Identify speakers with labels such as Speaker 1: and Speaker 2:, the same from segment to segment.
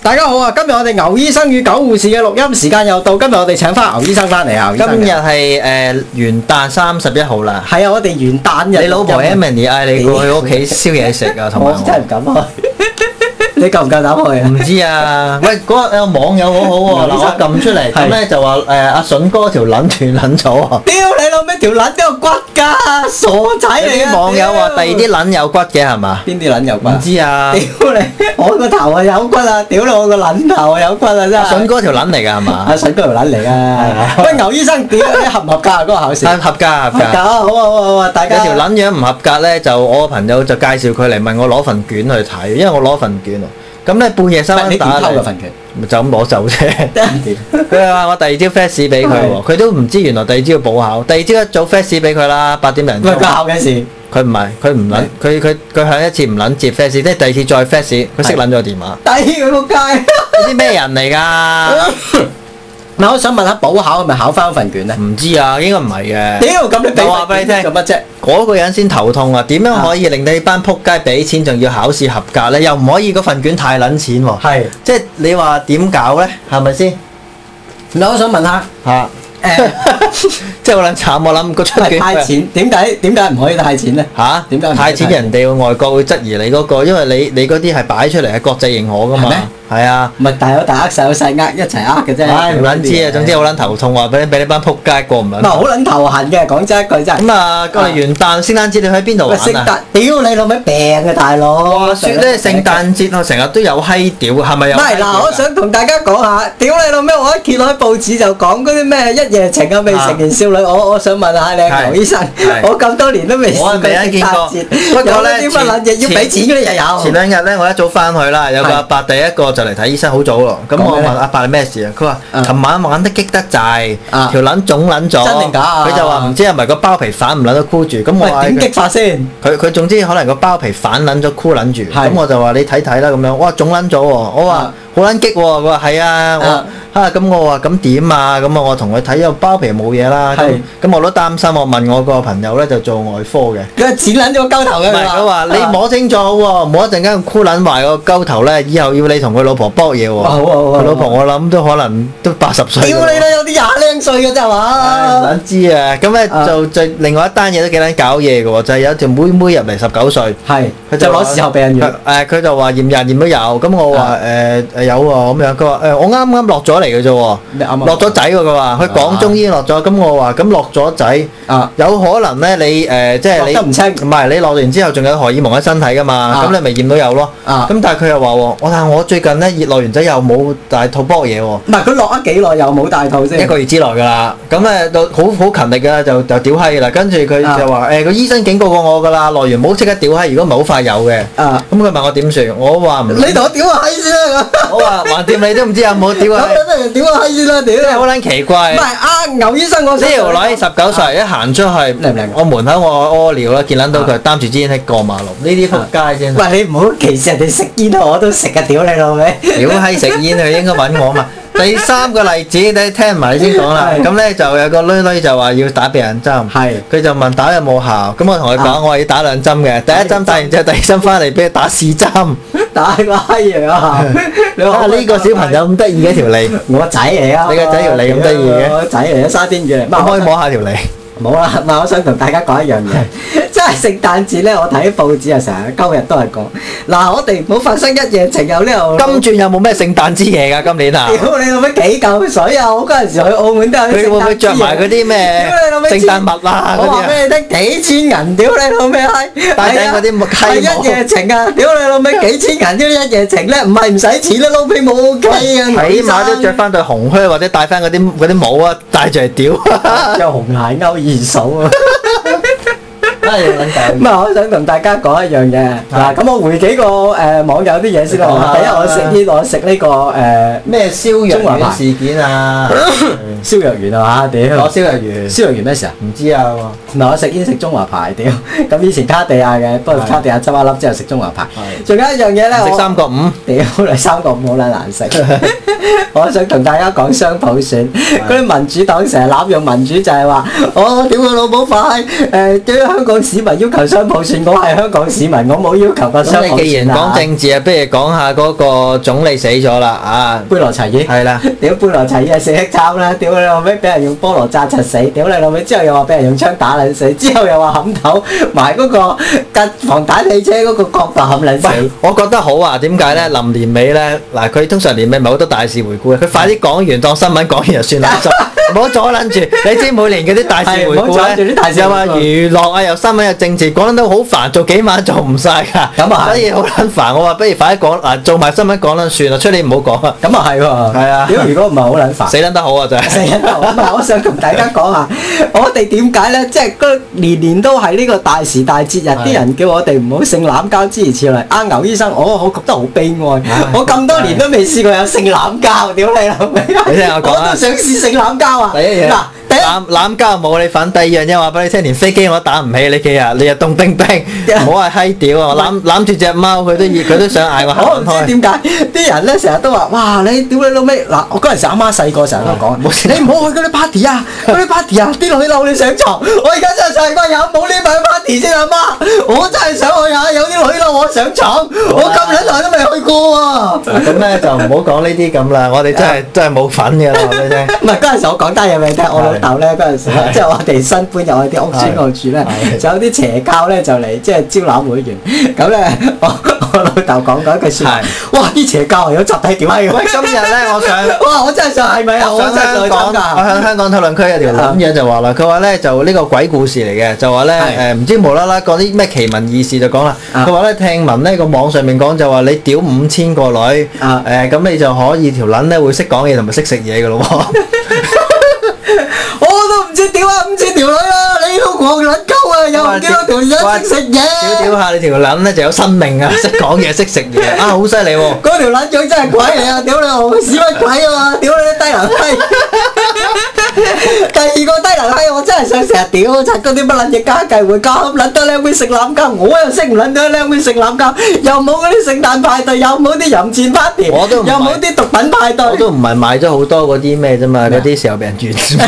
Speaker 1: 大家好啊！今日我哋牛醫生與狗護士嘅錄音時間又到，今日我哋請翻牛醫生翻嚟啊！牛醫生
Speaker 2: 今日係誒元旦三十一號啦，
Speaker 1: 係啊，我哋元旦日錄音啊。
Speaker 2: 你老婆 Emily 嗌你過去屋企燒嘢食啊，同
Speaker 1: 我
Speaker 2: 埋
Speaker 1: 真係唔敢去。你夠唔夠膽去啊？
Speaker 2: 唔知啊，喂嗰個有網友好好喎，嗱我撳出嚟，咁咧就話誒阿筍哥條撚斷撚咗啊！
Speaker 1: 屌你老咩條撚都有骨㗎，傻仔
Speaker 2: 有
Speaker 1: 嚟啊！
Speaker 2: 啲網友話第二啲
Speaker 1: 屌
Speaker 2: 撚有骨嘅係嘛？
Speaker 1: 邊啲撚有骨啊？
Speaker 2: 唔知啊，
Speaker 1: 屌你！我個頭啊有骨啊！屌你我個撚頭啊有骨啊真
Speaker 2: 阿筍
Speaker 1: 係！
Speaker 2: 哥條撚嚟㗎係嘛？
Speaker 1: 阿筍哥條撚嚟啊！ 喂，牛醫生，屌你合唔合格啊？嗰個考試
Speaker 2: 係合格合
Speaker 1: 合格
Speaker 2: 格。
Speaker 1: 啊！好啊好啊好啊！大
Speaker 2: 有
Speaker 1: 家
Speaker 2: 條撚樣唔合格咧，就我個朋友就介紹佢嚟問我攞份卷去睇，因為我攞份卷啊。咁咧半夜三
Speaker 1: 唔係你
Speaker 2: 更
Speaker 1: 點
Speaker 2: 打
Speaker 1: 偷
Speaker 2: 嚟
Speaker 1: 嘅份卷？
Speaker 2: 咪就咁攞走啫。佢話我第二朝 fax 俾佢
Speaker 1: 係
Speaker 2: 喎，佢都唔知原來第二朝要補考，第二朝一早 fax 俾佢啦，八點零
Speaker 1: 喂，佢
Speaker 2: 鐘。
Speaker 1: 考緊試。
Speaker 2: 佢唔係，佢唔
Speaker 1: 係
Speaker 2: 撚，佢佢佢響一次唔撚接 fax，即係第二次再 fax，佢
Speaker 1: 係
Speaker 2: 識撚咗電話。
Speaker 1: 抵佢仆街！
Speaker 2: 你啲咩人 嚟㗎？
Speaker 1: 嗱，我想問下補考係咪考翻份卷咧？
Speaker 2: 唔知啊，應該唔係嘅。
Speaker 1: 屌，咁你俾
Speaker 2: 我話俾你聽
Speaker 1: 做乜啫？
Speaker 2: 嗰個人先頭痛啊！點樣可以令到你班撲街俾錢，仲要考試合格呢？又唔可以嗰份卷太撚錢喎。
Speaker 1: 係
Speaker 2: 即係你話點搞呢？係咪先
Speaker 1: 嗱，我想問下
Speaker 2: 嚇？
Speaker 1: 誒，
Speaker 2: 即係好撚慘，我諗個出
Speaker 1: 係
Speaker 2: 卷
Speaker 1: 派錢點解點解唔可以派錢咧？
Speaker 2: 嚇？
Speaker 1: 點解唔
Speaker 2: 派錢
Speaker 1: 派
Speaker 2: 人哋外國會質疑你嗰、個？因為你你嗰啲係擺出嚟係國際認可噶
Speaker 1: 係
Speaker 2: 嘛
Speaker 1: 咩？
Speaker 2: 係啊。
Speaker 1: 咪大有大呃，細有細呃，一齊呃嘅啫。
Speaker 2: 唉，唔撚知啊，總之好撚頭痛，話俾你俾你班撲街過唔
Speaker 1: 唔係
Speaker 2: 撚。
Speaker 1: 好撚頭痕嘅，講真一句真係。
Speaker 2: 咁啊，今
Speaker 1: 啊
Speaker 2: 日元旦、聖誕節你去邊度
Speaker 1: 喂，
Speaker 2: 玩
Speaker 1: 聖
Speaker 2: 啊？
Speaker 1: 誕，屌你老味病嘅大佬！
Speaker 2: 話説咧，聖誕節我成日都有閪屌，係咪有
Speaker 1: 唔
Speaker 2: 閪
Speaker 1: 係
Speaker 2: 屌㗎？
Speaker 1: 嗱，我想同大家講下，屌你老咩！我一揭開報紙就講嗰啲咩一夜情啊，未成年少女，我我想問下你啊，
Speaker 2: 係
Speaker 1: 牛醫生
Speaker 2: 係，
Speaker 1: 我咁多年都未試過
Speaker 2: 我係未一
Speaker 1: 聖
Speaker 2: 見過
Speaker 1: 誕節，
Speaker 2: 不過
Speaker 1: 有
Speaker 2: 呢
Speaker 1: 啲乜撚嘢要
Speaker 2: 前
Speaker 1: 俾錢嗰啲又
Speaker 2: 前
Speaker 1: 有，
Speaker 2: 兩日咧，我一早翻去啦，有個
Speaker 1: 係
Speaker 2: 阿伯第一個就嚟睇醫生，好早咯。咁
Speaker 1: 講
Speaker 2: 我
Speaker 1: 咩
Speaker 2: 問
Speaker 1: 咧
Speaker 2: 阿伯你咩事啊？佢
Speaker 1: 啊
Speaker 2: 話：琴晚玩得激得滯，
Speaker 1: 啊
Speaker 2: 條撚腫撚咗。
Speaker 1: 真定假啊
Speaker 2: 佢就話唔知係咪個包皮反唔撚得箍住。咁我話
Speaker 1: 喂點激
Speaker 2: 佢
Speaker 1: 法先？
Speaker 2: 佢佢總之可能個包皮反撚咗箍撚住。
Speaker 1: 係
Speaker 2: 咁我就話你睇睇啦咁樣。哇腫撚咗喎！我
Speaker 1: 啊
Speaker 2: 話好撚激喎。佢話係啊。
Speaker 1: 啊
Speaker 2: 我啊咁我話咁點啊？咁啊我同佢睇有包皮冇嘢啦。咁
Speaker 1: 係
Speaker 2: 咁我都擔心。我問我個朋友咧就做外科嘅。
Speaker 1: 佢剪撚咗個鳩頭
Speaker 2: 唔
Speaker 1: 嘅，
Speaker 2: 係佢話
Speaker 1: 啊 À.
Speaker 2: 你摸清楚喎，摸一陣間箍撚埋個鳩頭咧，以後要你同佢老婆搏嘢喎。
Speaker 1: 哇好啊好啊
Speaker 2: 佢老婆我諗都可能都八十歲㗎喎。
Speaker 1: 屌你啦，有啲廿零歲嘅啫係
Speaker 2: 唉！唔
Speaker 1: 嘛？
Speaker 2: 撚知啊！咁咧
Speaker 1: 啊
Speaker 2: 就最另外一單嘢都幾撚搞嘢嘅喎，就係有條妹妹入嚟十九歲，
Speaker 1: 係，佢就
Speaker 2: 話
Speaker 1: 攞事後避孕
Speaker 2: 佢
Speaker 1: 藥，
Speaker 2: 誒佢就話驗孕驗都有，咁我話
Speaker 1: 啊
Speaker 2: 誒誒有喎咁樣，佢話誒我啱啱落咗嚟嘅啫
Speaker 1: 你啱
Speaker 2: 喎，
Speaker 1: 啱
Speaker 2: 落咗仔喎佢話，佢講中醫落咗，咁我話咁落咗仔。
Speaker 1: 啊，
Speaker 2: 有可能咧，你誒、呃即係你
Speaker 1: 落得唔清
Speaker 2: 唔係你落完之後仲有荷爾蒙喺身體噶嘛，
Speaker 1: 啊
Speaker 2: 咁、你咪驗到有咯。咁、
Speaker 1: 啊
Speaker 2: 但係佢又話喎，我但係我最近咧熱落完仔又冇大肚波嘢喎，
Speaker 1: 唔係佢落咗幾耐又冇大肚先
Speaker 2: 一，個月之內㗎啦。咁誒就好好勤力㗎啦，就就屌閪㗎啦。跟住佢
Speaker 1: 啊
Speaker 2: 就話誒個醫生警告過我㗎啦，落完唔好即刻屌閪，如果唔係好快有嘅。
Speaker 1: 啊，
Speaker 2: 咁佢問我點算，我話唔，
Speaker 1: 你同我屌下閪先啦，
Speaker 2: 我 話橫掂你都唔知有冇屌
Speaker 1: 咁
Speaker 2: 閪，
Speaker 1: 咁你屌下閪先啦，屌
Speaker 2: 真係好撚奇怪。
Speaker 1: 唔係啊，牛醫生我
Speaker 2: 呢
Speaker 1: 想
Speaker 2: 條
Speaker 1: 同
Speaker 2: 女
Speaker 1: 你
Speaker 2: 十九歲一行出去，
Speaker 1: 靚唔靚啊
Speaker 2: 我門口我屙尿啦，見撚到佢擔住支煙喺過馬路，呢啲仆街先。
Speaker 1: 講喂，你唔好歧視人哋食煙啊！我都食啊！屌你老味！
Speaker 2: 屌閪食煙，佢應該揾 我嘛。第三個例子，你聽埋先講啦。
Speaker 1: 係
Speaker 2: 咁咧就有個女女就話要打避孕針，
Speaker 1: 係
Speaker 2: 佢就問打有冇效，咁我同佢
Speaker 1: 啊
Speaker 2: 講，我話要打兩針嘅，第一針打完之後，第二針翻嚟俾佢打試針。
Speaker 1: 打個閪嘢啊！你
Speaker 2: 啊，呢個小朋，友咁得意嘅條脷，
Speaker 1: 我仔嚟啊！
Speaker 2: 你個仔條脷咁得意嘅
Speaker 1: 我仔嚟啊，沙甸魚嚟。唔
Speaker 2: 可
Speaker 1: 係
Speaker 2: 唔可以
Speaker 1: 我
Speaker 2: 摸下條脷？
Speaker 1: 冇啦，唔係我想同大家講一樣嘢， 即係聖誕節咧，我睇報紙啊，成日今日都係講嗱，我哋唔好發生一夜情又呢度。
Speaker 2: 今轉有冇咩聖誕之夜㗎？今年啊？
Speaker 1: 屌你老味幾嚿水啊！我嗰陣時去澳門都有啲
Speaker 2: 佢會唔會
Speaker 1: 聖誕
Speaker 2: 着埋
Speaker 1: 節
Speaker 2: 嗰啲咩
Speaker 1: 屌你老味
Speaker 2: 聖誕襪啊
Speaker 1: 我
Speaker 2: 嗰啲
Speaker 1: 話
Speaker 2: 啊？
Speaker 1: 俾你聽，幾千銀，屌你老味閪！
Speaker 2: 戴頂嗰啲木
Speaker 1: 係啊
Speaker 2: 溪帽
Speaker 1: 係一夜情啊！屌你老味，幾千銀呢一夜情咧，唔係唔使錢啦，撈皮冇 OK 啊！
Speaker 2: 起碼都着翻對紅靴或者戴翻嗰啲嗰啲帽啊，戴住嚟屌。
Speaker 1: 有紅鞋勾二嫂 啊！
Speaker 2: 唔
Speaker 1: 咁啊，我想同大家講一樣嘢嗱，咁我回幾個誒網友啲嘢先啦。第一，我食呢，我食呢個誒
Speaker 2: 咩燒
Speaker 1: 中華
Speaker 2: 藥
Speaker 1: 牌
Speaker 2: 丸事件 啊？
Speaker 1: 燒藥丸啊嘛，
Speaker 2: 攞
Speaker 1: 屌！
Speaker 2: 燒藥丸，
Speaker 1: 燒藥丸咩事啊？
Speaker 2: 唔知啊喎。
Speaker 1: 嗱，我食煙食中華牌，屌！咁以前卡地亞嘅，不過卡地亞執一粒之後食中華牌。
Speaker 2: 係
Speaker 1: 仲有一樣嘢咧，
Speaker 2: 唔
Speaker 1: 我
Speaker 2: 食三個五，
Speaker 1: 屌你三個唔好撚難食，我想同大家講雙普選，嗰啲民主黨成日濫用民主就係話，我屌佢老母快，誒、屌香港港市民要求雙普選，我係香港市民，我冇要求個雙
Speaker 2: 咁
Speaker 1: 普
Speaker 2: 你既
Speaker 1: 選
Speaker 2: 然
Speaker 1: 啊
Speaker 2: 講！政治啊，不如講下嗰個總理死咗啦啊！
Speaker 1: 杯羅齊爾
Speaker 2: 係啦，
Speaker 1: 屌杯羅齊爾係四億慘啦！屌你老尾俾人用菠蘿炸窒死，屌你老尾之後又話俾人用槍打撚死，之後又話冚頭埋嗰個架防彈汽車嗰個角度冚撚
Speaker 2: 喂
Speaker 1: 死。，
Speaker 2: 我覺得好啊，點解咧？臨年尾咧，嗱，佢通常年尾咪好多大事回顧嘅，佢快啲講完當新聞講完 就算啦，唔好阻撚住。你知每年嗰啲大事回
Speaker 1: 係唔好阻
Speaker 2: 顧
Speaker 1: 住啲大
Speaker 2: 咧，
Speaker 1: 事回顧
Speaker 2: 又話娛樂啊，又新聞又政治，講得都好煩，做幾晚做唔晒㗎。
Speaker 1: 咁啊係
Speaker 2: 所以好撚煩。我話不如快啲講嗱，做埋新聞講啦，算啦，出年唔好講啊，
Speaker 1: 咁啊係喎，
Speaker 2: 係啊
Speaker 1: 屌如果唔係好撚煩。
Speaker 2: 死撚得好啊，真係。
Speaker 1: 成日都唔係，我想同大家講下，我哋點解咧？即係嗰年年都係呢個大時大節日，
Speaker 2: 係
Speaker 1: 啲人叫我哋唔好性濫交之如此類。阿牛醫生，我我覺得好悲哀，
Speaker 2: 啊
Speaker 1: 我咁多年都未試過有性濫交，屌你老味！
Speaker 2: 你聽我講啊
Speaker 1: 我都想試性濫交啊！
Speaker 2: 第一樣
Speaker 1: 嗱，第一。
Speaker 2: 攬攬交冇你份，第二樣嘢話俾你聽，連飛機我都打唔起你幾日，你又凍冰冰， 唔好係閪屌啊！攬攬住只貓，佢都 要佢都想嗌我
Speaker 1: 我唔
Speaker 2: 行
Speaker 1: 知
Speaker 2: 啊開。
Speaker 1: 點解啲人咧成日都話：哇！你屌你老味嗱！我嗰陣時阿媽細個成日都
Speaker 2: 嗯
Speaker 1: 講：你唔好去嗰啲 party 啊，嗰啲 party 啊，啲女嬲你上床。我而家真係細個有冇呢份 party 先阿媽？我真係想去下，有啲女嬲我上床，我咁撚耐都未去過喎。
Speaker 2: 咁咧就唔好講呢啲咁啦，我哋真係真係冇份嘅啦，話俾你聽。
Speaker 1: 唔係嗰陣時，我講單嘢俾你聽。我老豆咧嗰陣時
Speaker 2: 係，
Speaker 1: 即係我哋新搬入去啲屋村度住咧，
Speaker 2: 係
Speaker 1: 就有啲邪教咧就嚟即係招攬會員。咁咧，我我老豆講過一句説話
Speaker 2: 係：
Speaker 1: 哇！啲邪教係有集體啊屌閪
Speaker 2: 喂，今日咧我想。
Speaker 1: 哇！我真係想係 咪啊？我
Speaker 2: 上
Speaker 1: 真係
Speaker 2: 香
Speaker 1: 想
Speaker 2: 港，
Speaker 1: 講
Speaker 2: 我
Speaker 1: 㗎。
Speaker 2: 向香港討論區有條撚嘢就話啦，佢話咧就呢個鬼故事嚟嘅，就話咧
Speaker 1: 係
Speaker 2: 誒唔知無啦啦講啲咩奇聞異事就講啦，
Speaker 1: 啊
Speaker 2: 佢話咧聽聞呢個網上面講就話你屌五千個女，
Speaker 1: 啊
Speaker 2: 誒咁你就可以條撚咧會識講嘢同埋識食 嘢嘅咯喎，
Speaker 1: 我都唔知屌啊，唔知條女啦，你都我撚鳩啊，又唔見到條
Speaker 2: 哇
Speaker 1: 女識食
Speaker 2: 屌
Speaker 1: 嘢。
Speaker 2: 屌下你條撚咧就有生 命啊，識講嘢識食嘢啊，好犀利喎！
Speaker 1: 嗰條撚樣真係鬼嚟啊！屌你老母屎乜鬼啊嘛！屌你啲低 能閪！第二個低能閪，我真係想成日屌柒嗰啲乜撚嘢家計會交，撚得靚妹食攬交，我又識唔撚得靚妹食攬交，又冇嗰啲聖誕派對，又冇啲淫賤 party，又
Speaker 2: 我都唔係
Speaker 1: 冇啲毒品派對
Speaker 2: 我。都唔係買咗好多嗰啲咩啫嘛，
Speaker 1: 咩啊
Speaker 2: 嗰啲時候俾 人轉。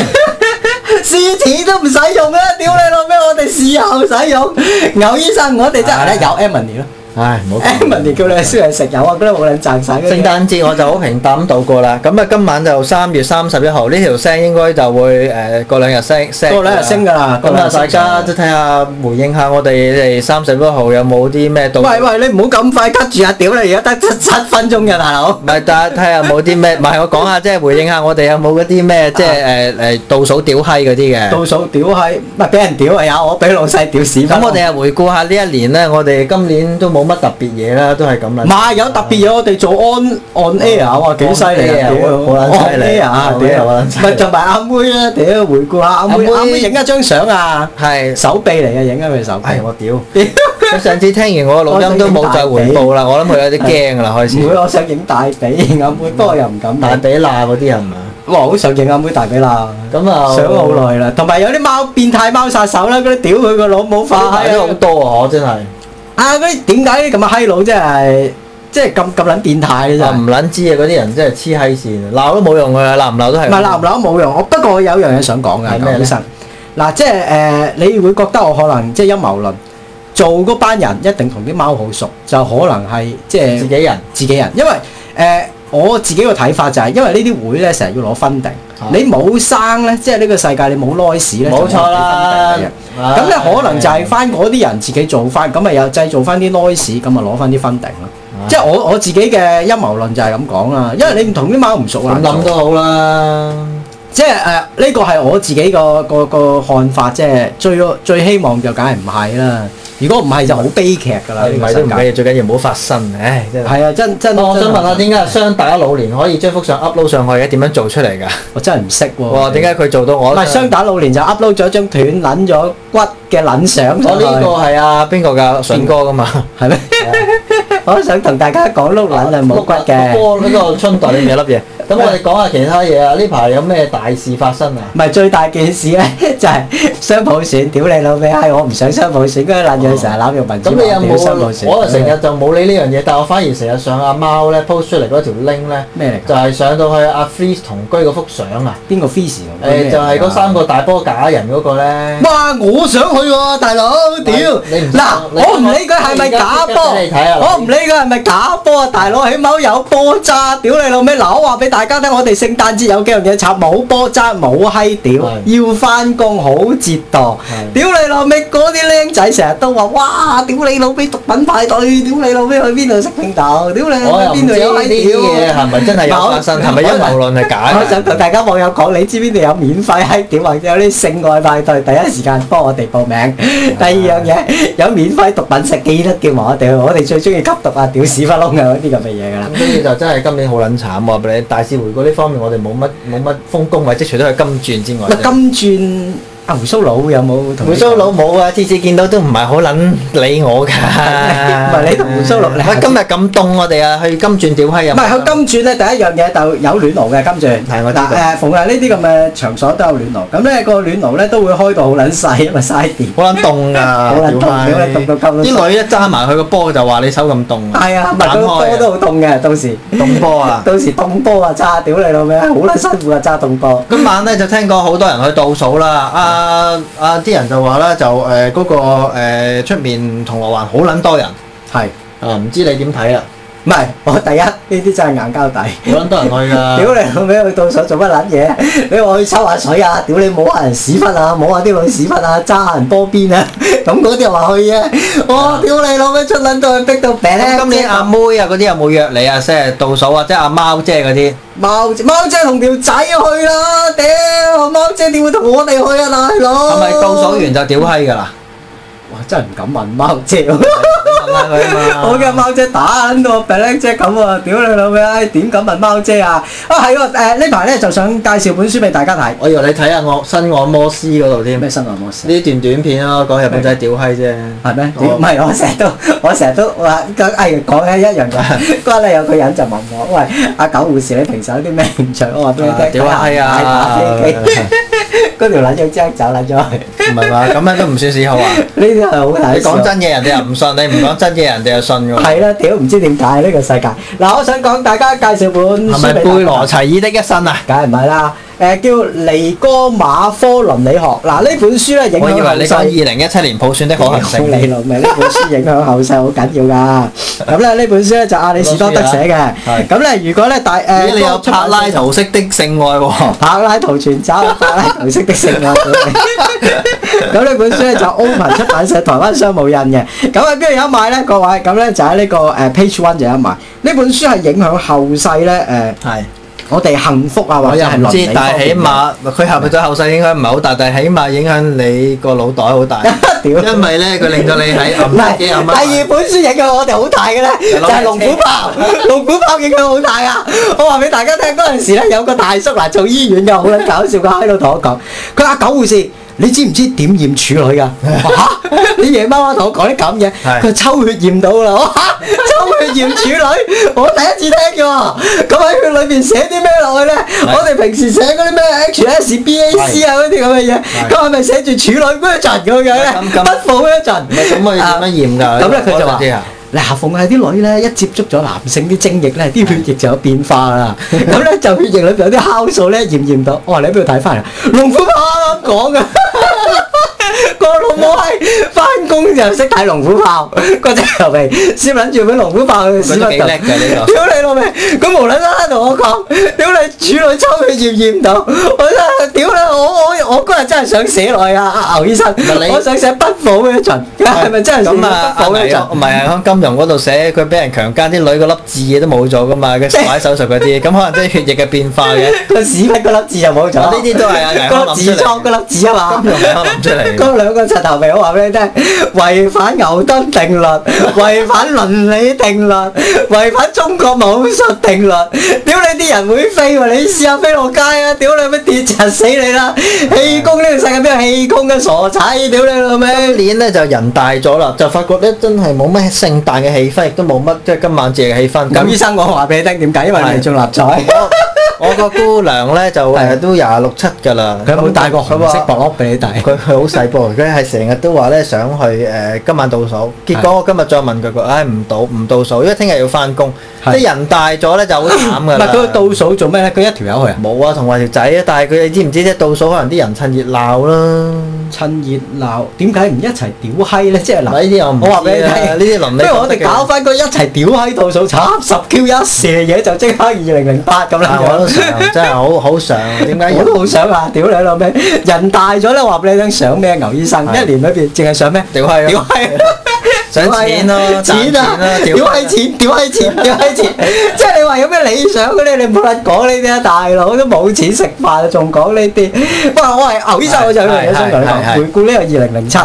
Speaker 1: 試紙都唔使用啦，屌你老味，我哋事後使用。牛醫生，我哋真係
Speaker 2: 唉
Speaker 1: 咧有 Emily 咯
Speaker 2: 唉，唔好講。
Speaker 1: ，Emily 叫你去燒嘢食有啊，覺得冇撚賺晒。
Speaker 2: 聖誕節我就好平淡咁度過啦。咁啊，今晚就三月三十一號呢條聲應該就會誒、呃、過兩日升升㗎
Speaker 1: 過
Speaker 2: 啦。
Speaker 1: 兩日升㗎啦過
Speaker 2: 咁
Speaker 1: 兩
Speaker 2: 啊，
Speaker 1: 日
Speaker 2: 大
Speaker 1: 升
Speaker 2: 家都睇下回應下我哋哋三十一號有冇啲咩到？
Speaker 1: 喂喂，你唔好咁快 cut 住啊！屌你，而家得七七分鐘嘅大佬。
Speaker 2: 唔係，大家睇下有冇啲咩？唔係我講下，即係回應下我哋有冇嗰啲咩，即係誒誒倒數屌閪嗰啲嘅。
Speaker 1: 倒數屌閪，唔係俾人屌啊！有我俾老細屌屎忽。
Speaker 2: 咁我哋啊回顧下呢一年咧，我哋今年都冇乜特別嘢啦，都係咁啦
Speaker 1: 唔。係有特別嘢，我哋做 on on air 啊！哇，幾犀利啊！屌
Speaker 2: On air，好撚犀
Speaker 1: on
Speaker 2: 利
Speaker 1: air 啊！
Speaker 2: on air，
Speaker 1: 屌，
Speaker 2: 好撚犀利
Speaker 1: 咪同埋阿妹啦，屌回顧下阿妹，
Speaker 2: 阿妹
Speaker 1: 阿妹影一張相啊，
Speaker 2: 係。
Speaker 1: 手臂嚟嘅，影一佢手臂。
Speaker 2: 係我屌！佢上次聽完我錄音都冇再回報啦，我諗佢有啲驚㗎啦，開
Speaker 1: 唔
Speaker 2: 始
Speaker 1: 會，。我想影大 髀阿妹，不過又唔敢
Speaker 2: 大
Speaker 1: 影。
Speaker 2: 比娜嗰啲係嘛？
Speaker 1: 我好想影阿妹大髀啦，
Speaker 2: 咁啊，
Speaker 1: 想好耐啦。同埋有啲貓變態貓殺手啦，嗰啲屌佢個老母化
Speaker 2: 睇咗好
Speaker 1: 閪
Speaker 2: 多啊！我真係，
Speaker 1: 啊！嗰啲點解啲咁嘅閪佬真係即係咁咁撚變態咧真
Speaker 2: 我
Speaker 1: 係
Speaker 2: 唔。撚知啊！嗰啲人真係黐閪線，鬧都冇用㗎，鬧唔鬧都係。
Speaker 1: 唔係鬧唔鬧冇用，我不過我有樣嘢想講
Speaker 2: 係
Speaker 1: 㗎，
Speaker 2: 咩咧
Speaker 1: 牛醫生。嗱，即係誒、呃你會覺得我可能即係陰謀論，做嗰班人一定同啲貓好熟，就可能係即係
Speaker 2: 自己人。
Speaker 1: 自己人，因為誒、呃我自己個睇法就係、因為呢啲會咧成日要攞分定，
Speaker 2: 啊
Speaker 1: 你冇生咧，即係呢個世界你冇 noise 咧，
Speaker 2: 冇錯啦啊
Speaker 1: 就冇人俾分定嘅。咁你可能就係翻嗰啲人自己做翻，咁咪又製造翻啲 noise，咁咪啊攞翻啲分定咯。
Speaker 2: 啊
Speaker 1: 即係我我自己嘅陰謀論就係咁講啦，因為你唔同啲貓唔熟啊
Speaker 2: 咁。諗都好啦。
Speaker 1: 即係誒呃呢個係我自己個個個看法，即係最最希望就梗係唔係啦。如果唔係就好悲劇㗎啦，呢
Speaker 2: 唔
Speaker 1: 個
Speaker 2: 係都
Speaker 1: 世
Speaker 2: 唔
Speaker 1: 界。
Speaker 2: 緊要，最緊要唔好發生。唉，真係。哦
Speaker 1: 係啊，真真。
Speaker 2: 我想問
Speaker 1: 真
Speaker 2: 下，
Speaker 1: 係
Speaker 2: 點解雙打老年可以將幅相 upload 上去嘅？點樣做出嚟㗎？
Speaker 1: 我真係唔識喎。
Speaker 2: 哇！點解佢做到我？
Speaker 1: 哦唔係雙打老年就 upload 咗張斷撚咗骨嘅撚相
Speaker 2: 我
Speaker 1: 上去，
Speaker 2: 呢個係啊邊個㗎？筍哥㗎嘛？
Speaker 1: 係咩？我都想同大家講碌撚係冇骨嘅，
Speaker 2: 呢個春袋裏面有粒嘢，咁我哋講下其他嘢啊！呢排有咩大事發生啊？
Speaker 1: 唔係最大件事 咧，就係雙普選，屌你老味，閪！我唔想雙普選，嗰啲撚樣成日攬用民主
Speaker 2: 咁你有
Speaker 1: 黨屌雙普
Speaker 2: 冇？
Speaker 1: 選。
Speaker 2: 我就成日就冇理呢樣嘢，但我反而成日上阿貓咧 post 出嚟嗰條 link 咧，
Speaker 1: 咩嚟㗎
Speaker 2: 就係上到去阿 Freeze 同居嗰幅相啊！
Speaker 1: 邊個 face？
Speaker 2: 誒、就係
Speaker 1: Ờ.
Speaker 2: 嗰三個大波假人嗰個咧。
Speaker 1: 哇！我想去喎，大佬，屌！
Speaker 2: 你唔
Speaker 1: 嗱，
Speaker 2: 你
Speaker 1: 我唔理佢係咪假波，
Speaker 2: 你而家即刻俾你睇下
Speaker 1: 我唔理佢係咪假波啊，大佬，起碼有波揸，屌你老味！嗱，我話俾大家聽，我哋聖誕節有幾樣嘢插，冇波揸，冇閪屌，
Speaker 2: 係
Speaker 1: 要翻工好折墮，屌你老味！嗰啲僆仔成日都話，哇！屌你老味，毒品派對，屌你老味，去邊度食拼豆，屌你老
Speaker 2: 我
Speaker 1: 味，
Speaker 2: 又唔
Speaker 1: 邊
Speaker 2: 知
Speaker 1: 度有
Speaker 2: 呢
Speaker 1: 閪屌
Speaker 2: 啲嘢係咪真係有發生，係咪陰謀論係假
Speaker 1: 我
Speaker 2: 嘅
Speaker 1: 想？同大家網友講，你知邊度有免費閪屌或者有啲性愛派對？第一時間幫我哋報名。第二樣嘢有免費毒品食，記得叫埋我哋去。我哋最中意吸毒啊、屌屎忽窿啊嗰啲咁嘅嘢㗎啦
Speaker 2: 咁。所以就真係今年好撚慘喎！俾你大市回顧呢方面，我哋冇乜冇乜豐功偉績，除咗係金鑽之外啫。
Speaker 1: 嗱，金鑽阿胡鬚佬有冇同你講？
Speaker 2: 胡鬚佬冇啊，次次見到都唔係好撚理我㗎。
Speaker 1: 唔
Speaker 2: 唔
Speaker 1: 係你同胡鬚佬你下
Speaker 2: 喂，
Speaker 1: 次
Speaker 2: 今日咁凍，我哋啊去金鑽屌閪
Speaker 1: 唔
Speaker 2: 啊！
Speaker 1: 係佢金鑽咧，第一樣嘢就有暖爐嘅金鑽。
Speaker 2: 係我知道
Speaker 1: 嗱誒，逢係呢啲咁嘅場所都有暖爐。咁咧個暖爐咧都會開到好撚細，因為嘥電。
Speaker 2: 好撚凍啊！
Speaker 1: 好撚凍
Speaker 2: 屌閪
Speaker 1: 屌你凍到鳩都
Speaker 2: 啲女一揸埋佢個波就話你手咁凍啊！
Speaker 1: 係啊，唔係佢個
Speaker 2: à.
Speaker 1: 波都好凍嘅，到時。
Speaker 2: 凍波啊！
Speaker 1: 到時凍波啊，揸屌你老味，好撚辛苦啊，揸凍波。
Speaker 2: 今晚咧就聽講好多人去倒數啦，啊啊啲人就話咧就誒嗰、個呃出、面銅鑼灣好撚多人，
Speaker 1: 係，
Speaker 2: 啊唔知你點睇啦？
Speaker 1: 唔係我第一呢啲真係硬膠底。
Speaker 2: 好撚多人去㗎，
Speaker 1: 屌你老味，去到手做乜撚嘢？ 你話去抽下水啊？屌你摸下人屎忽啊，摸下啲女屎忽啊，揸下人波邊啊， 咁嗰啲又話去啊！我屌你老味，出撚到去逼到病咧。
Speaker 2: 咁今年阿妹啊嗰啲有冇約你啊？即係倒數啊，即係阿貓姐嗰啲。
Speaker 1: 貓姐貓姐同條仔去啦，屌貓姐點會同我哋去啊，大佬？
Speaker 2: 係咪倒數？完就屌閪 㗎啦？
Speaker 1: 哇！真係唔敢問貓姐 喎。
Speaker 2: 問下佢啊嘛
Speaker 1: 我嘅貓姐打撚到我 black 姐咁啊！屌你老味，唉點敢問貓姐啊？啊係喎，誒呢排咧就想介紹本書俾大家睇。
Speaker 2: 我以為你睇下我新按摩師嗰度添，
Speaker 1: 咩
Speaker 2: 呢
Speaker 1: 新按摩師？
Speaker 2: 段短片咯，講日本仔屌閪啫。
Speaker 1: 係咩？
Speaker 2: 我
Speaker 1: 唔係我成日都我成日都話講，哎講起一樣嘢，嗰日咧有個人就問我：喂，阿九護士，你平時有啲咩興趣？我話俾你
Speaker 2: 啊
Speaker 1: 聽，
Speaker 2: 屌閪
Speaker 1: 睇打飛
Speaker 2: 啊！
Speaker 1: 機 嗰條撚樣即刻走撚咗去。
Speaker 2: 唔係嘛？咁樣都唔算屎好啊！
Speaker 1: 呢啲 係好睇。
Speaker 2: 你講真嘢，人哋又唔信；你唔講真嘢，人哋又信㗎喎。
Speaker 1: 係啦，屌唔知點解呢個世界。嗱，我想講大家介紹本
Speaker 2: 係
Speaker 1: 書
Speaker 2: 咪
Speaker 1: 俾
Speaker 2: 貝
Speaker 1: 大家
Speaker 2: 羅齊爾的一生啊？
Speaker 1: 梗係唔係啦？誒、叫尼哥馬科倫理學嗱，呢本書咧影
Speaker 2: 我以
Speaker 1: 響
Speaker 2: 為
Speaker 1: 後
Speaker 2: 你講二
Speaker 1: 世。
Speaker 2: 零一七年普選的可行性。
Speaker 1: 你老味，呢本書影響後世好緊要㗎。咁咧呢本書咧就阿里士多德寫嘅。
Speaker 2: 係
Speaker 1: 咁咧如果咧大誒，
Speaker 2: 咦，你有
Speaker 1: 出
Speaker 2: 柏
Speaker 1: 版社
Speaker 2: 拉圖式的性愛喎？
Speaker 1: 柏拉圖全集，柏拉圖式的性愛。咁呢本書咧就歐文出版社台灣商務印嘅。咁喺邊度有得賣咧？各位，咁咧就喺呢個誒 Page One 就有得賣。呢本書係影響後世咧誒、
Speaker 2: 係，
Speaker 1: 我哋幸福啊，
Speaker 2: 我
Speaker 1: 或者
Speaker 2: 又
Speaker 1: 係
Speaker 2: 唔
Speaker 1: 倫理
Speaker 2: 知，但
Speaker 1: 方
Speaker 2: 係起
Speaker 1: 面嘅
Speaker 2: 碼佢係咪對後世影響唔係好大，但係起碼影響你個腦袋好大。
Speaker 1: 屌
Speaker 2: 因為咧，佢令到你喺
Speaker 1: 唔係
Speaker 2: 暗
Speaker 1: 第
Speaker 2: 幾暗
Speaker 1: 二本書影響我哋好大嘅咧，就係龍虎豹，龍虎豹影響好大啊！我話俾大家聽，嗰陣時咧有個大叔嗱做醫院嘅，好撚搞笑，佢喺度同我講，佢話九護士。你知唔知點驗處女㗎？我話吓你夜媽媽同我講啲咁嘢，
Speaker 2: 係
Speaker 1: 佢話抽血驗到啦！我話吓抽血驗處女，我第一次聽嘅喎。咁喺佢裏邊寫啲咩落去咧？我哋平時寫嗰啲咩 HSBAC 啊嗰啲咁嘅嘢，
Speaker 2: 係
Speaker 1: 咁係咪寫住處女嗰一陣咁樣咧
Speaker 2: 咁？咁
Speaker 1: 不符嗰一陣。
Speaker 2: 唔係咁佢
Speaker 1: À,
Speaker 2: 點樣驗㗎？
Speaker 1: 咁咧佢就話
Speaker 2: 我想 知啊：
Speaker 1: 嗱，逢係啲女咧一接觸咗男性啲精液咧，啲血液就有變化啦。咁咧就血液裏邊有啲酵素咧驗驗到，我話你喺邊度睇翻嚟？龍虎豹 啱啱講嘅。個老母係翻工就識睇龍虎豹，個隻頭皮先撚住俾龍虎豹去屎忽
Speaker 2: 佢都幾
Speaker 1: 度
Speaker 2: 叻㗎呢個
Speaker 1: 屌你老味！佢無啦啦同我講，屌你處女抽佢驗驗唔到，我真係屌你！我我我嗰日真係想寫落去啊，阿牛醫生
Speaker 2: 係，你
Speaker 1: 我想寫不符嘅陣，係咪真係
Speaker 2: 咁啊？
Speaker 1: 不
Speaker 2: 阿
Speaker 1: 符嘅
Speaker 2: 黎
Speaker 1: 陣
Speaker 2: 啊？唔係啊，喺金融嗰度寫佢俾人強姦啲女嗰粒痣嘢都冇咗㗎嘛，佢擺手術嗰啲，咁可能真係血液嘅變化嘅。
Speaker 1: 個屎忽嗰粒字就冇咗，
Speaker 2: 呢啲都係啊，
Speaker 1: 嗰粒痔瘡嗰粒字啊嘛
Speaker 2: 金。融係諗出嚟嘅。
Speaker 1: 嗰兩個柒頭皮，我話俾你聽，違反牛頓定律，違反倫理定律，違反中國武術定律。屌你啲人會飛喎，你試下飛落街啊！屌你咪跌窒死你啦！氣功呢個世界邊有氣功嘅傻仔？屌你老
Speaker 2: 今
Speaker 1: 味！
Speaker 2: 年咧就人大咗啦，就發覺咧真係冇乜聖誕嘅氣氛，亦都冇乜即係今晚節嘅氣氛。
Speaker 1: 牛醫
Speaker 2: 咁
Speaker 1: 生，我話俾你聽點解？因為你中立彩。
Speaker 2: 我我個姑娘咧就誒都廿六七㗎啦。
Speaker 1: 佢有冇帶個紅色
Speaker 2: 佢話
Speaker 1: 薄褸俾你戴？
Speaker 2: 佢佢好細波，佢係成日都話咧想去誒、呃今晚倒數，結果我今日再問佢，佢唉唔倒唔倒數，因為聽日要翻工，即
Speaker 1: 係
Speaker 2: 係人大咗咧就好慘
Speaker 1: 唔
Speaker 2: 㗎
Speaker 1: 係
Speaker 2: 啦。
Speaker 1: 佢倒數做咩咧？佢一條友去啊？
Speaker 2: 冇啊，同埋條仔啊，但係佢你知唔知啫？倒數可能啲人趁熱鬧啦。
Speaker 1: 趁熱鬧，點解唔一齊屌閪咧？即係嗱，
Speaker 2: 嗱呢啲我唔知啊
Speaker 1: 我話俾你聽，
Speaker 2: 呢啲倫理
Speaker 1: 不如我
Speaker 2: 道德
Speaker 1: 哋
Speaker 2: 嘅
Speaker 1: 搞翻個一齊屌閪倒數，插十 Q 一射嘢就即刻二零零八咁啦
Speaker 2: 但。我都想，真係好好想，點解
Speaker 1: 我
Speaker 2: 人
Speaker 1: 都好想啊！屌你老味，人大咗咧，話俾你聽，想咩牛醫生？
Speaker 2: 係
Speaker 1: 一年裏邊淨係想咩？
Speaker 2: 屌閪啊
Speaker 1: 屌閪！
Speaker 2: 想
Speaker 1: à?
Speaker 2: 錢咯
Speaker 1: 屌閪
Speaker 2: 賺
Speaker 1: 錢啊
Speaker 2: 錢啦！屌
Speaker 1: 屌
Speaker 2: 閪
Speaker 1: 閪錢，屌閪錢，屌閪錢！即係你話有咩理想嗰啲，你冇得講呢啲啊！大佬都冇錢食飯，仲講呢啲。不過我係牛醫生，
Speaker 2: 係
Speaker 1: 我就有樣嘢想同你
Speaker 2: 係係係
Speaker 1: 講，回顧呢個二零零七。
Speaker 2: 係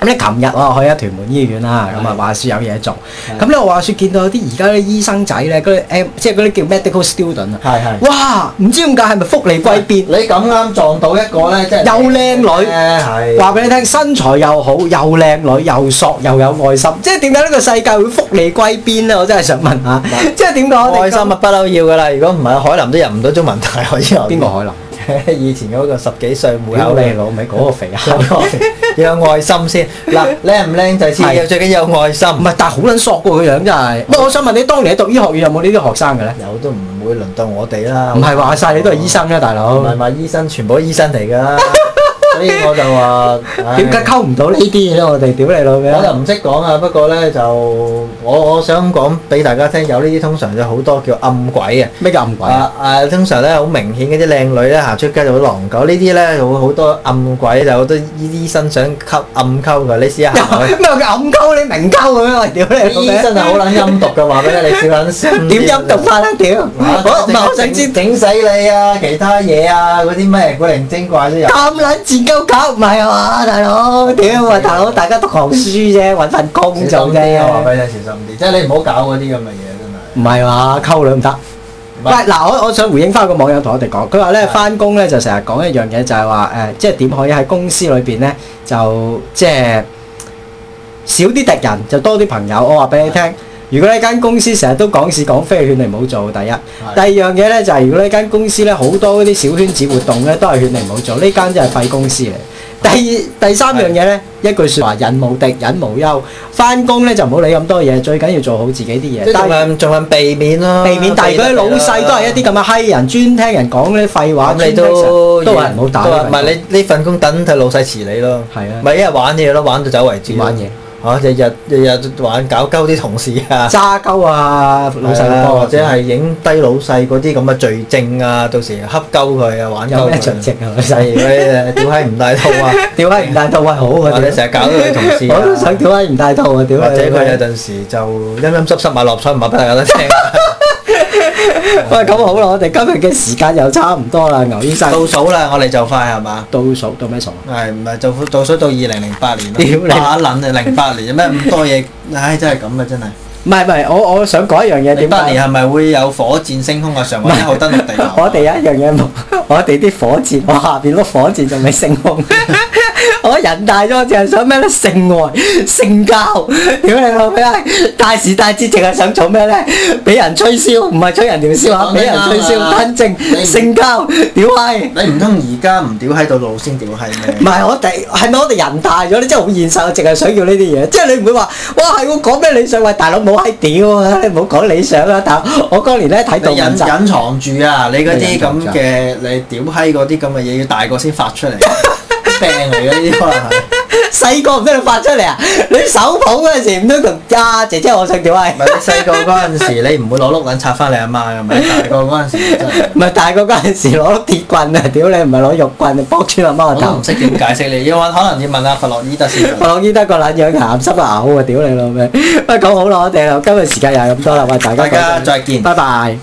Speaker 1: 咁咧，琴日我又去咗屯門醫院啦，咁啊
Speaker 2: 係
Speaker 1: 話説有嘢做，
Speaker 2: 係
Speaker 1: 咁咧我話説見到有啲而家啲醫生仔咧，嗰啲 M 即係嗰啲叫 medical student 啊，
Speaker 2: 係係。
Speaker 1: 哇！唔知點解係咪福利歸邊？
Speaker 2: 你咁啱撞到一個咧，即係
Speaker 1: 又靚女
Speaker 2: 係
Speaker 1: 話俾你聽，身材又好，又靚女，又索，又有愛心，即係點解呢個世界會福利歸邊咧？我真係想問下，即係點講？
Speaker 2: 愛心啊，不嬲要噶啦！如果唔係，海南都入唔到中文大學以後。
Speaker 1: 邊個海林？
Speaker 2: 以前嗰個十幾歲
Speaker 1: 屌
Speaker 2: 會考
Speaker 1: 你老味，嗰個肥
Speaker 2: 要
Speaker 1: 閪！
Speaker 2: 有要 有愛心先。 嗱，靚唔靚就次要，
Speaker 1: 係
Speaker 2: 最緊要有愛心。
Speaker 1: 唔係，但係好撚索過個樣真係。不過我想問你，當年你讀醫學院有冇呢啲學生嘅咧？
Speaker 2: 有都唔會輪到我哋啦。
Speaker 1: 唔係話晒你都係醫，生啦，大佬
Speaker 2: 唔，係話醫生，全部都醫生嚟 㗎。所以我就話，唉
Speaker 1: 點解溝唔到呢啲嘢咧？我哋屌你老味
Speaker 2: 我就
Speaker 1: 啊！
Speaker 2: 唔識講啊，不過咧就我我想講俾大家聽，有呢啲通常有好多叫暗鬼嘅。
Speaker 1: 咩叫暗鬼啊？
Speaker 2: 啊啊！通常咧好明顯嗰啲靚女咧行出街就好狼狗，呢啲咧就會好多暗鬼，就好多醫生想溝暗溝㗎。你試下行去，
Speaker 1: 咩叫暗溝？你明溝咁樣？喂屌你老
Speaker 2: 啲
Speaker 1: 味！
Speaker 2: 醫生係好撚陰毒嘅，話俾你你少撚信。
Speaker 1: 點陰毒法咧？屌！
Speaker 2: 啊？
Speaker 1: 我唔係我想知。
Speaker 2: 整死你啊！其他嘢啊，嗰啲咩古靈精怪都有。
Speaker 1: 咁撚賤鳩搞唔係啊嘛，大佬，屌啊，大佬，大家讀行書啫，揾份工
Speaker 2: 小
Speaker 1: 做
Speaker 2: 心啲啊！話
Speaker 1: 啫，
Speaker 2: 俾你小心啲，即係你唔好搞嗰啲咁嘅嘢，
Speaker 1: 唔係話溝女唔得。喂，
Speaker 2: 真係。
Speaker 1: 嗱，我我想回應翻個網友同我哋講，佢話咧
Speaker 2: 係
Speaker 1: 翻工咧就成日講一樣嘢，就係話誒，即係點可以喺公司裏邊咧就即係少啲敵人，就多啲朋友。我話俾你聽，如果呢間公司成日都講是講非，勸你唔好做。第一。第二樣嘢咧就係、如果呢間公司咧好多嗰啲小圈子活動咧，都係勸你唔好做，呢間真係廢公司嚟。第二第三樣嘢咧，一句説話：人無敵，人無憂。翻工咧就唔好理咁多嘢，最緊要做好自己啲嘢。
Speaker 2: 即係啊
Speaker 1: 但係
Speaker 2: 盡量盡量避免咯，
Speaker 1: 避免，但係嗰啲老細都係一啲咁嘅閪人，專聽人講嗰啲廢話，
Speaker 2: 咁你
Speaker 1: 專聽成
Speaker 2: 都
Speaker 1: 都話人唔好打
Speaker 2: 都
Speaker 1: 呢份
Speaker 2: 話唔
Speaker 1: 工。
Speaker 2: 係你呢份工等佢老細辭你咯，
Speaker 1: 係啊
Speaker 2: 咪一日玩嘢咯，玩到走為止咯。
Speaker 1: 玩嘢
Speaker 2: 嚇，日日日日玩搞鳩啲同事啊，
Speaker 1: 揸鳩啊， 老細
Speaker 2: 啊
Speaker 1: 個
Speaker 2: 或者係影低老細嗰啲咁嘅罪證啊，到時恰鳩佢啊，玩鳩佢
Speaker 1: 有咩盡職啊，老細
Speaker 2: 例如你誒屌閪唔帶套啊，
Speaker 1: 屌閪唔帶套 喂好啊，
Speaker 2: 或者成日搞到你同事啊
Speaker 1: 我都想屌閪唔帶套啊，屌
Speaker 2: 或者
Speaker 1: 你
Speaker 2: 佢有陣時就陰陰濕濕買落水唔話俾大家都聽。
Speaker 1: 喂咁好啦，我哋今日嘅時間又差唔多啦，牛醫生。
Speaker 2: 倒數啦，我哋就快係嘛？
Speaker 1: 倒數到咩數啊？
Speaker 2: 係唔係就倒數到二零零八年啦？
Speaker 1: 屌你
Speaker 2: 打撚啊！零八年有咩咁多嘢？唉，真係咁啊！真係。
Speaker 1: 唔係唔係，我我想講一樣嘢
Speaker 2: 零
Speaker 1: 點
Speaker 2: 八年
Speaker 1: 解？
Speaker 2: 係咪會有火箭升空啊？上海一號登陸地球啊。
Speaker 1: 我哋有一樣嘢冇， 我哋啲火箭，我下邊碌火箭仲未升空。 我人大咗，淨係想咩咧？性愛、性交，屌你老味啊！大時大節淨係想做咩咧？俾人吹簫，唔係吹人條簫啊！
Speaker 2: 講
Speaker 1: 俾
Speaker 2: 得啱
Speaker 1: 人
Speaker 2: 啊
Speaker 1: 吹簫，吞
Speaker 2: 你
Speaker 1: 精、性交，屌閪！
Speaker 2: 你唔通而家唔屌喺度路先屌閪
Speaker 1: 唔
Speaker 2: 咩？
Speaker 1: 係我哋係咪我哋人大咗咧？真係好現實，我淨係想要呢啲嘢。即係你唔會話，哇係喎講咩理想？喂大佬冇閪屌啊！你唔好講理想啦，但我當年咧睇
Speaker 2: 你
Speaker 1: 到
Speaker 2: 隱
Speaker 1: 文集。
Speaker 2: 隱藏住啊！你嗰啲
Speaker 1: 你隱藏住
Speaker 2: 咁
Speaker 1: 啊
Speaker 2: 嘅，你屌閪嗰啲咁嘅嘢，要大個先發 出嚟，病嚟嘅呢啲可能係。
Speaker 1: 細個唔俾你發出嚟啊！你手捧嗰陣時唔通同啊姐姐我想點啊？
Speaker 2: 唔係你細個嗰陣時，你唔會攞碌撚插翻你阿媽㗎嘛？你大個嗰陣時真係。
Speaker 1: 唔係大個嗰陣時攞鐵棍啊！屌你唔係攞肉棍啊，剝穿阿媽個
Speaker 2: 我都
Speaker 1: 頭
Speaker 2: 唔。識點解釋你，要問可能要問阿弗洛伊德先。
Speaker 1: 我諗依得個撚樣鹹濕啊嘔啊！屌你老味！不過講好啦，我哋啦今日時間又係咁多啦，喂大家
Speaker 2: 大家
Speaker 1: 講聲
Speaker 2: 再見
Speaker 1: 拜拜。